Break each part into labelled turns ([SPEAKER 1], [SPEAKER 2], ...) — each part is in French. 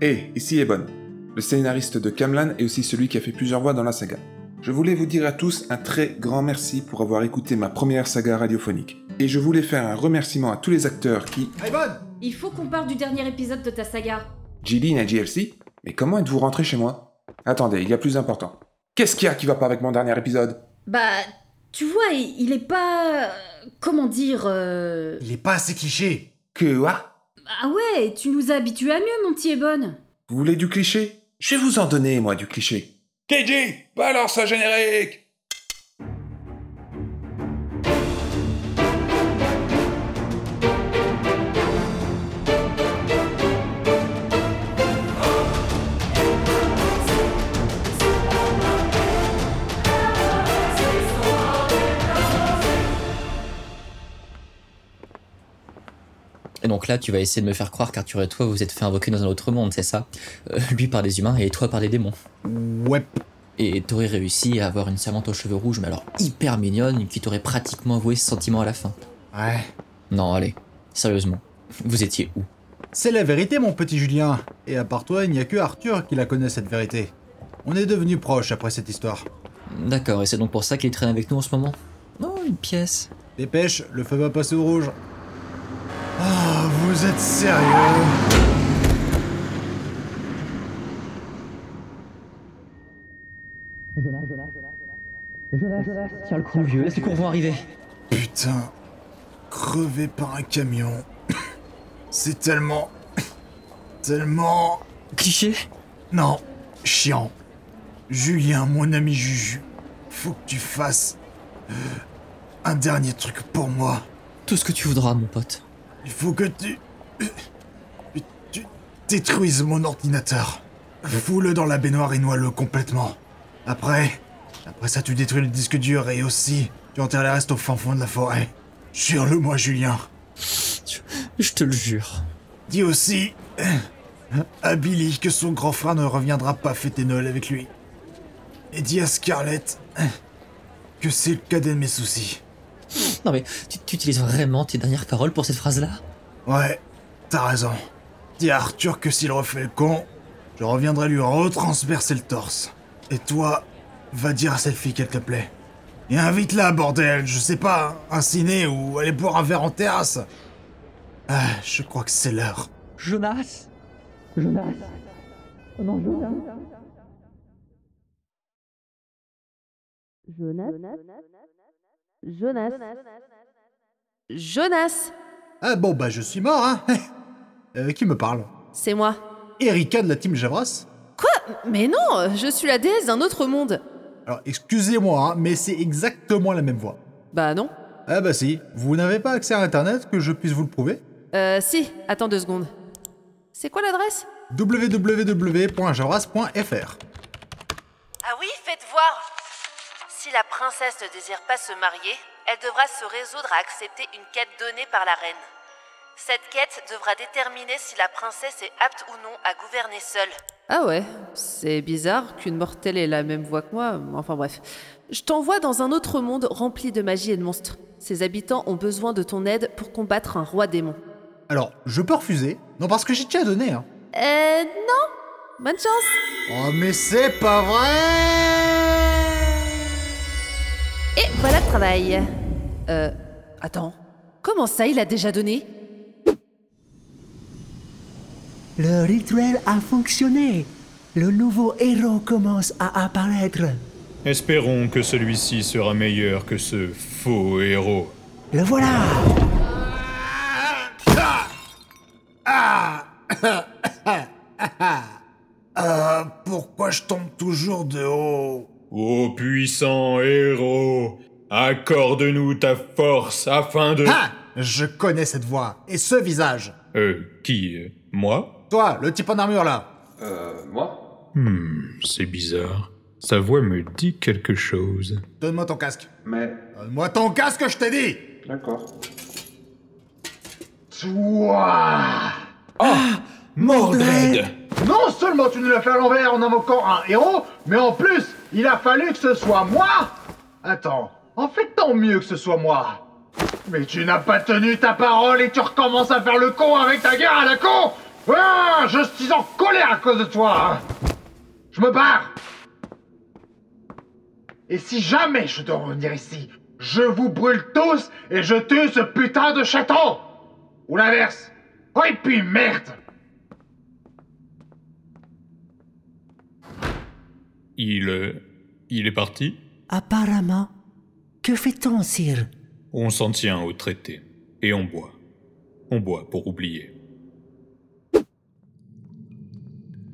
[SPEAKER 1] Et Eh, ici est bonne. Le scénariste de Kamlan est aussi celui qui a fait plusieurs voix dans la saga. Je voulais vous dire à tous un très grand merci pour avoir écouté ma première saga radiophonique. Et je voulais faire un remerciement à tous les acteurs qui,
[SPEAKER 2] Il faut qu'on parle du dernier épisode de ta saga.
[SPEAKER 1] Jilly n'a GLC, mais comment êtes-vous rentré chez moi Attendez, il y a plus important. Qu'est-ce qu'il y a qui va pas avec mon dernier épisode
[SPEAKER 2] Bah, tu vois, il, il est pas. Comment dire. euh,
[SPEAKER 3] Il est pas assez cliché
[SPEAKER 1] Que quoi
[SPEAKER 2] Ah ouais, tu nous as habitués à mieux, mon petit Ebon.
[SPEAKER 1] Vous voulez du cliché Je vais vous en donner, moi, du cliché. KJ, balance un générique
[SPEAKER 4] Et donc là, tu vas essayer de me faire croire qu'Arthur et toi vous êtes fait invoquer dans un autre monde, c'est ça Euh, Lui par des humains et toi par des démons.
[SPEAKER 3] Ouais.
[SPEAKER 4] Et t'aurais réussi à avoir une servante aux cheveux rouges, mais alors hyper mignonne, qui t'aurait pratiquement avoué ce sentiment à la fin.
[SPEAKER 3] Ouais.
[SPEAKER 4] Non, allez, sérieusement, vous étiez où
[SPEAKER 3] C'est la vérité, mon petit Julien. Et à part toi, il n'y a que Arthur qui la connaît, cette vérité. On est devenus proches après cette histoire.
[SPEAKER 4] D'accord, et c'est donc pour ça qu'il traîne avec nous en ce moment Non, une pièce.
[SPEAKER 3] Dépêche, le feu va passer au rouge. Ah, vous êtes sérieux
[SPEAKER 4] Jonas, Jonas, Jonas, Jonas, tiens le coup, vieux, laisse les vont arriver.
[SPEAKER 3] Putain, crevé par un camion. C'est tellement. tellement.
[SPEAKER 4] Cliché
[SPEAKER 3] Non, chiant. Julien, mon ami Juju, faut que tu fasses. euh, un dernier truc pour moi.
[SPEAKER 4] Tout ce que tu voudras, mon pote.
[SPEAKER 3] Il faut que tu. que tu détruises mon ordinateur. Fous-le dans la baignoire et noie-le complètement. Après. Après ça, tu détruis le disque dur et aussi, tu enterres les restes au fin fond de la forêt. Jure-le-moi, Julien.
[SPEAKER 4] Je te le jure.
[SPEAKER 3] Dis aussi euh, à Billy que son grand frère ne reviendra pas fêter Noël avec lui. Et dis à Scarlett euh, que c'est le cadet de mes soucis.
[SPEAKER 4] Non mais, tu, tu utilises vraiment tes dernières paroles pour cette phrase-là
[SPEAKER 3] Ouais, t'as raison. Dis à Arthur que s'il refait le con, je reviendrai lui retranspercer le torse. Et toi, va dire à cette fille qu'elle te plaît. Et invite-la, bordel, je sais pas, un ciné ou aller boire un verre en terrasse. Ah, je crois que c'est l'heure.
[SPEAKER 4] Jonas
[SPEAKER 5] Jonas Jonas Jonas
[SPEAKER 3] Ah bon, bah je suis mort, hein Euh, Qui me parle
[SPEAKER 5] C'est moi.
[SPEAKER 3] Erika de la team Javras
[SPEAKER 5] Mais non, je suis la déesse d'un autre monde.
[SPEAKER 3] Alors excusez-moi, hein, mais c'est exactement la même voix.
[SPEAKER 5] Bah non.
[SPEAKER 3] Ah bah si, vous n'avez pas accès à internet que je puisse vous le prouver
[SPEAKER 5] Euh, si, attends deux secondes. C'est quoi l'adresse
[SPEAKER 3] www.javras.fr
[SPEAKER 6] Ah oui, faites voir Si la princesse ne désire pas se marier, elle devra se résoudre à accepter une quête donnée par la reine. Cette quête devra déterminer si la princesse est apte ou non à gouverner seule.
[SPEAKER 5] Ah ouais, c'est bizarre qu'une mortelle ait la même voix que moi, enfin bref. Je t'envoie dans un autre monde rempli de magie et de monstres. Ses habitants ont besoin de ton aide pour combattre un roi démon.
[SPEAKER 3] Alors, je peux refuser Non parce que j'ai déjà donné, hein.
[SPEAKER 5] Euh, non Bonne chance
[SPEAKER 3] Oh mais c'est pas vrai
[SPEAKER 5] Et voilà le travail Euh, attends. Comment ça, il a déjà donné
[SPEAKER 7] Le rituel a fonctionné. Le nouveau héros commence à apparaître.
[SPEAKER 8] Espérons que celui-ci sera meilleur que ce faux héros.
[SPEAKER 7] Le voilà.
[SPEAKER 3] Euh, pourquoi je tombe toujours de haut
[SPEAKER 8] Ô puissant héros, accorde-nous ta force afin
[SPEAKER 1] Euh.
[SPEAKER 8] de...
[SPEAKER 3] Ah Je connais cette voix et ce visage
[SPEAKER 8] Euh, qui euh, Moi
[SPEAKER 3] Toi, le type en armure là
[SPEAKER 1] Euh, moi
[SPEAKER 8] Hmm, c'est bizarre. Sa voix me dit quelque chose.
[SPEAKER 3] Donne-moi ton casque
[SPEAKER 1] Mais,
[SPEAKER 3] Donne-moi ton casque, je t'ai dit
[SPEAKER 1] d'accord.
[SPEAKER 3] Toi
[SPEAKER 8] Mordred
[SPEAKER 3] Non seulement tu nous l'as fait à l'envers en invoquant un héros, mais en plus, il a fallu que ce soit moi Attends, en fait tant mieux que ce soit moi Mais tu n'as pas tenu ta parole et tu recommences à faire le con avec ta guerre à la con
[SPEAKER 9] Ah, je suis en colère à cause de toi. hein. Je me barre. Et si jamais je dois revenir ici, je vous brûle tous et je tue ce putain de chaton. Ou l'inverse. Oh, et puis merde.
[SPEAKER 8] Il. euh, il est parti
[SPEAKER 7] Apparemment. Que fait-on, sire
[SPEAKER 8] On s'en tient au traité. Et on boit. On boit pour oublier.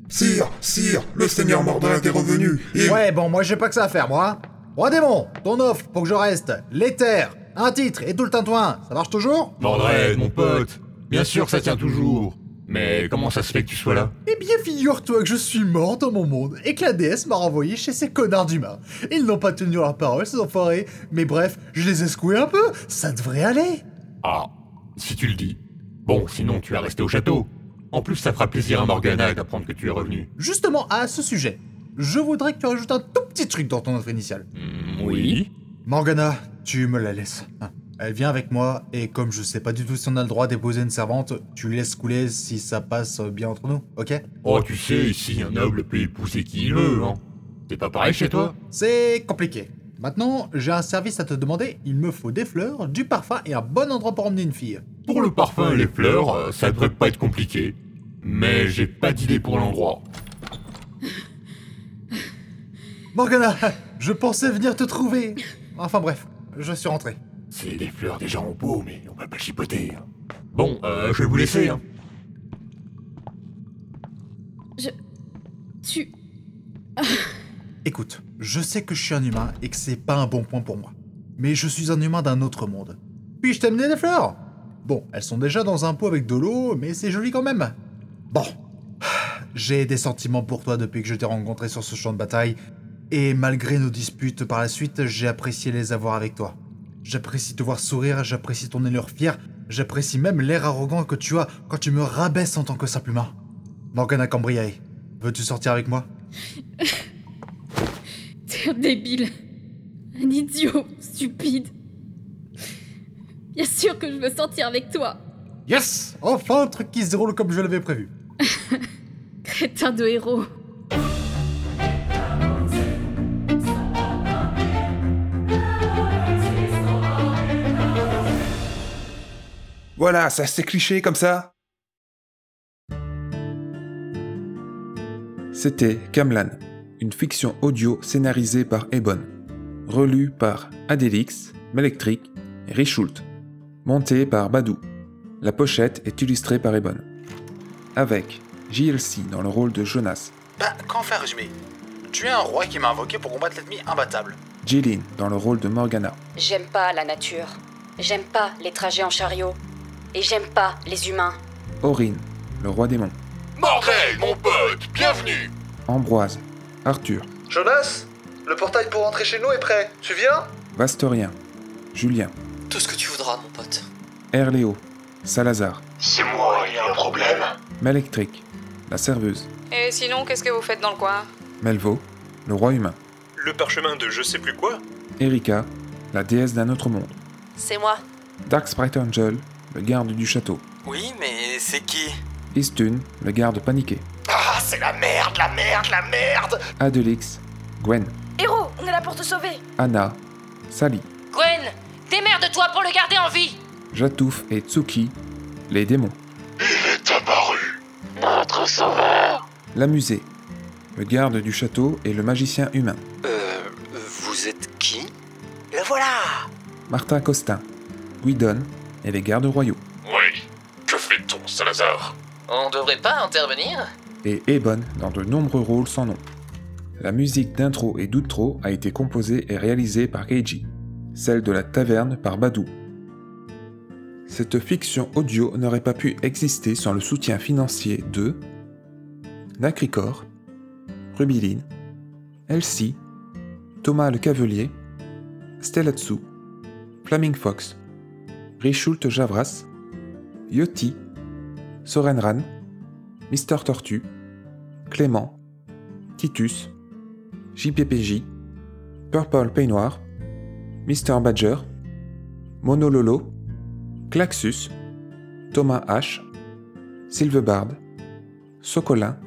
[SPEAKER 10] Sire, sire, le seigneur Mordred est revenu. Il...
[SPEAKER 3] Ouais, bon, moi j'ai pas que ça à faire, moi. Roi démon, ton offre pour que je reste. Les terres, un titre et tout le tintouin, ça marche toujours
[SPEAKER 11] Mordred, mon pote, bien sûr que ça tient toujours. Mais comment ça se fait que tu sois là
[SPEAKER 3] Eh bien, figure-toi que je suis mort dans mon monde et que la déesse m'a renvoyé chez ces connards d'humains. Ils n'ont pas tenu leur parole, ces enfoirés, mais bref, je les ai secoués un peu, ça devrait aller.
[SPEAKER 11] Ah, si tu le dis. Bon, sinon tu vas rester au château. En plus, ça fera plaisir à Morgana d'apprendre que tu es revenu.
[SPEAKER 3] Justement, à ce sujet, je voudrais que tu rajoutes un tout petit truc dans ton offre initiale.
[SPEAKER 11] Oui
[SPEAKER 3] Morgana, tu me la laisses. Hein. Elle vient avec moi, et comme je sais pas du tout si on a le droit d'épouser une servante, tu laisses couler si ça passe bien entre nous, ok
[SPEAKER 11] Oh, tu sais, ici, un noble peut épouser qui il veut, hein. C'est pas pareil chez toi
[SPEAKER 3] C'est compliqué. Maintenant, j'ai un service à te demander, il me faut des fleurs, du parfum et un bon endroit pour emmener une fille.
[SPEAKER 11] Pour le parfum et les fleurs, euh, ça devrait pas être compliqué. Mais j'ai pas d'idée pour l'endroit.
[SPEAKER 3] Morgana, je pensais venir te trouver. Enfin bref, je suis rentré.
[SPEAKER 11] C'est des fleurs déjà en pot, mais on va pas chipoter. hein. Bon, euh, je vais vous laisser, hein.
[SPEAKER 2] Je. Tu.
[SPEAKER 3] Écoute, je sais que je suis un humain et que c'est pas un bon point pour moi. Mais je suis un humain d'un autre monde. Puis-je t'amener des fleurs Bon, elles sont déjà dans un pot avec de l'eau, mais c'est joli quand même. Bon, j'ai des sentiments pour toi depuis que je t'ai rencontré sur ce champ de bataille, et malgré nos disputes par la suite, j'ai apprécié les avoir avec toi. J'apprécie te voir sourire, j'apprécie ton allure fière, j'apprécie même l'air arrogant que tu as quand tu me rabaisses en tant que simple humain. Morgana Cambriae, veux-tu sortir avec moi
[SPEAKER 2] T'es un débile. Un idiot. Stupide. Bien sûr que je veux sortir avec toi.
[SPEAKER 3] Yes Enfin un truc qui se déroule comme je l'avais prévu.
[SPEAKER 2] Crétin de héros.
[SPEAKER 1] Voilà, ça c'est cliché comme ça. C'était Camlan, une fiction audio scénarisée par Ebon, relue par Adélix, Melectric et Richult, montée par Badou. La pochette est illustrée par Ebon. Avec JLC dans le rôle de Jonas,
[SPEAKER 12] Bah, qu'en faire résumé Tu es un roi qui m'a invoqué pour combattre l'ennemi imbattable.
[SPEAKER 1] Jilin dans le rôle de Morgana,
[SPEAKER 13] J'aime pas la nature. J'aime pas les trajets en chariot. Et j'aime pas les humains.
[SPEAKER 1] Orin, le roi démon,
[SPEAKER 11] Mordred, mon pote, bienvenue
[SPEAKER 1] Ambroise, Arthur,
[SPEAKER 12] Jonas Le portail pour rentrer chez nous est prêt. Tu viens
[SPEAKER 1] Vastorien, Julien,
[SPEAKER 14] Tout ce que tu voudras, mon pote.
[SPEAKER 1] Erléo, Salazar,
[SPEAKER 9] C'est moi, il y a un problème.
[SPEAKER 1] Melectric, la serveuse,
[SPEAKER 15] Et sinon, qu'est-ce que vous faites dans le coin
[SPEAKER 1] Melvo, le roi humain,
[SPEAKER 10] Le parchemin de je sais plus quoi
[SPEAKER 1] Erika, la déesse d'un autre monde,
[SPEAKER 5] C'est moi.
[SPEAKER 1] Dark Sprite Angel, le garde du château,
[SPEAKER 14] Oui, mais c'est qui
[SPEAKER 1] Istun, le garde paniqué,
[SPEAKER 9] Ah, c'est la merde, la merde, la merde.
[SPEAKER 1] Adelix, Gwen,
[SPEAKER 15] Héros, on est là pour te sauver
[SPEAKER 1] Anna, Sally,
[SPEAKER 6] Gwen, démerde-toi pour le garder en vie
[SPEAKER 1] Jatouf et Tsuki, les démons,
[SPEAKER 9] Apparu. Notre sauveur.
[SPEAKER 1] la musée, le garde du château et le magicien humain,
[SPEAKER 14] Euh. Vous êtes qui
[SPEAKER 9] Le voilà.
[SPEAKER 1] Martin Costin, Guidon et les gardes royaux,
[SPEAKER 11] Oui, que fait-on, Salazar
[SPEAKER 14] On devrait pas intervenir
[SPEAKER 1] et Ebon dans de nombreux rôles sans nom. La musique d'intro et d'outro a été composée et réalisée par Keiji, celle de la taverne par Badou. Cette fiction audio n'aurait pas pu exister sans le soutien financier de Nacricor, Rubiline, Elsie, Thomas le Cavelier, Stellatsu, Flaming Fox, Richult Javras, Yoti, Sorenran, Mister Tortue, Clément, Titus, JPPJ, Purple Peignoir, Mister Badger, Monololo, Claxus, Thomas H, Silvebard, Socola,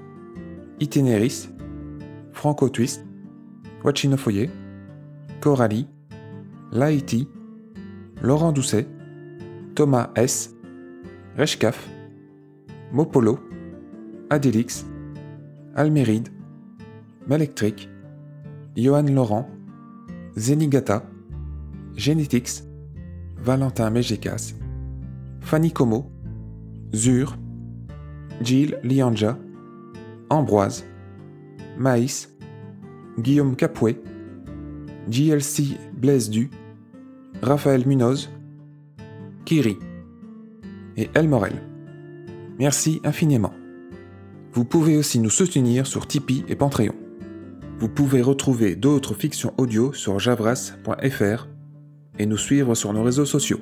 [SPEAKER 1] Itineris, Franco Twist, Wachinofoye, Coralie, Laïti, Laurent Doucet, Thomas S, Reshkaf, Mopolo, Adélix, Alméride, Malectric, Johan Laurent, Zenigata, Genetix, Valentin Mejecas, Fanny Como, Zur, Gilles Lianja, Ambroise, Maïs, Guillaume Capouet, JLC Blaise Du, Raphaël Munoz, Kiri et El Morel. Merci infiniment. Vous pouvez aussi nous soutenir sur Tipeee et Patreon. Vous pouvez retrouver d'autres fictions audio sur javras.fr et nous suivre sur nos réseaux sociaux.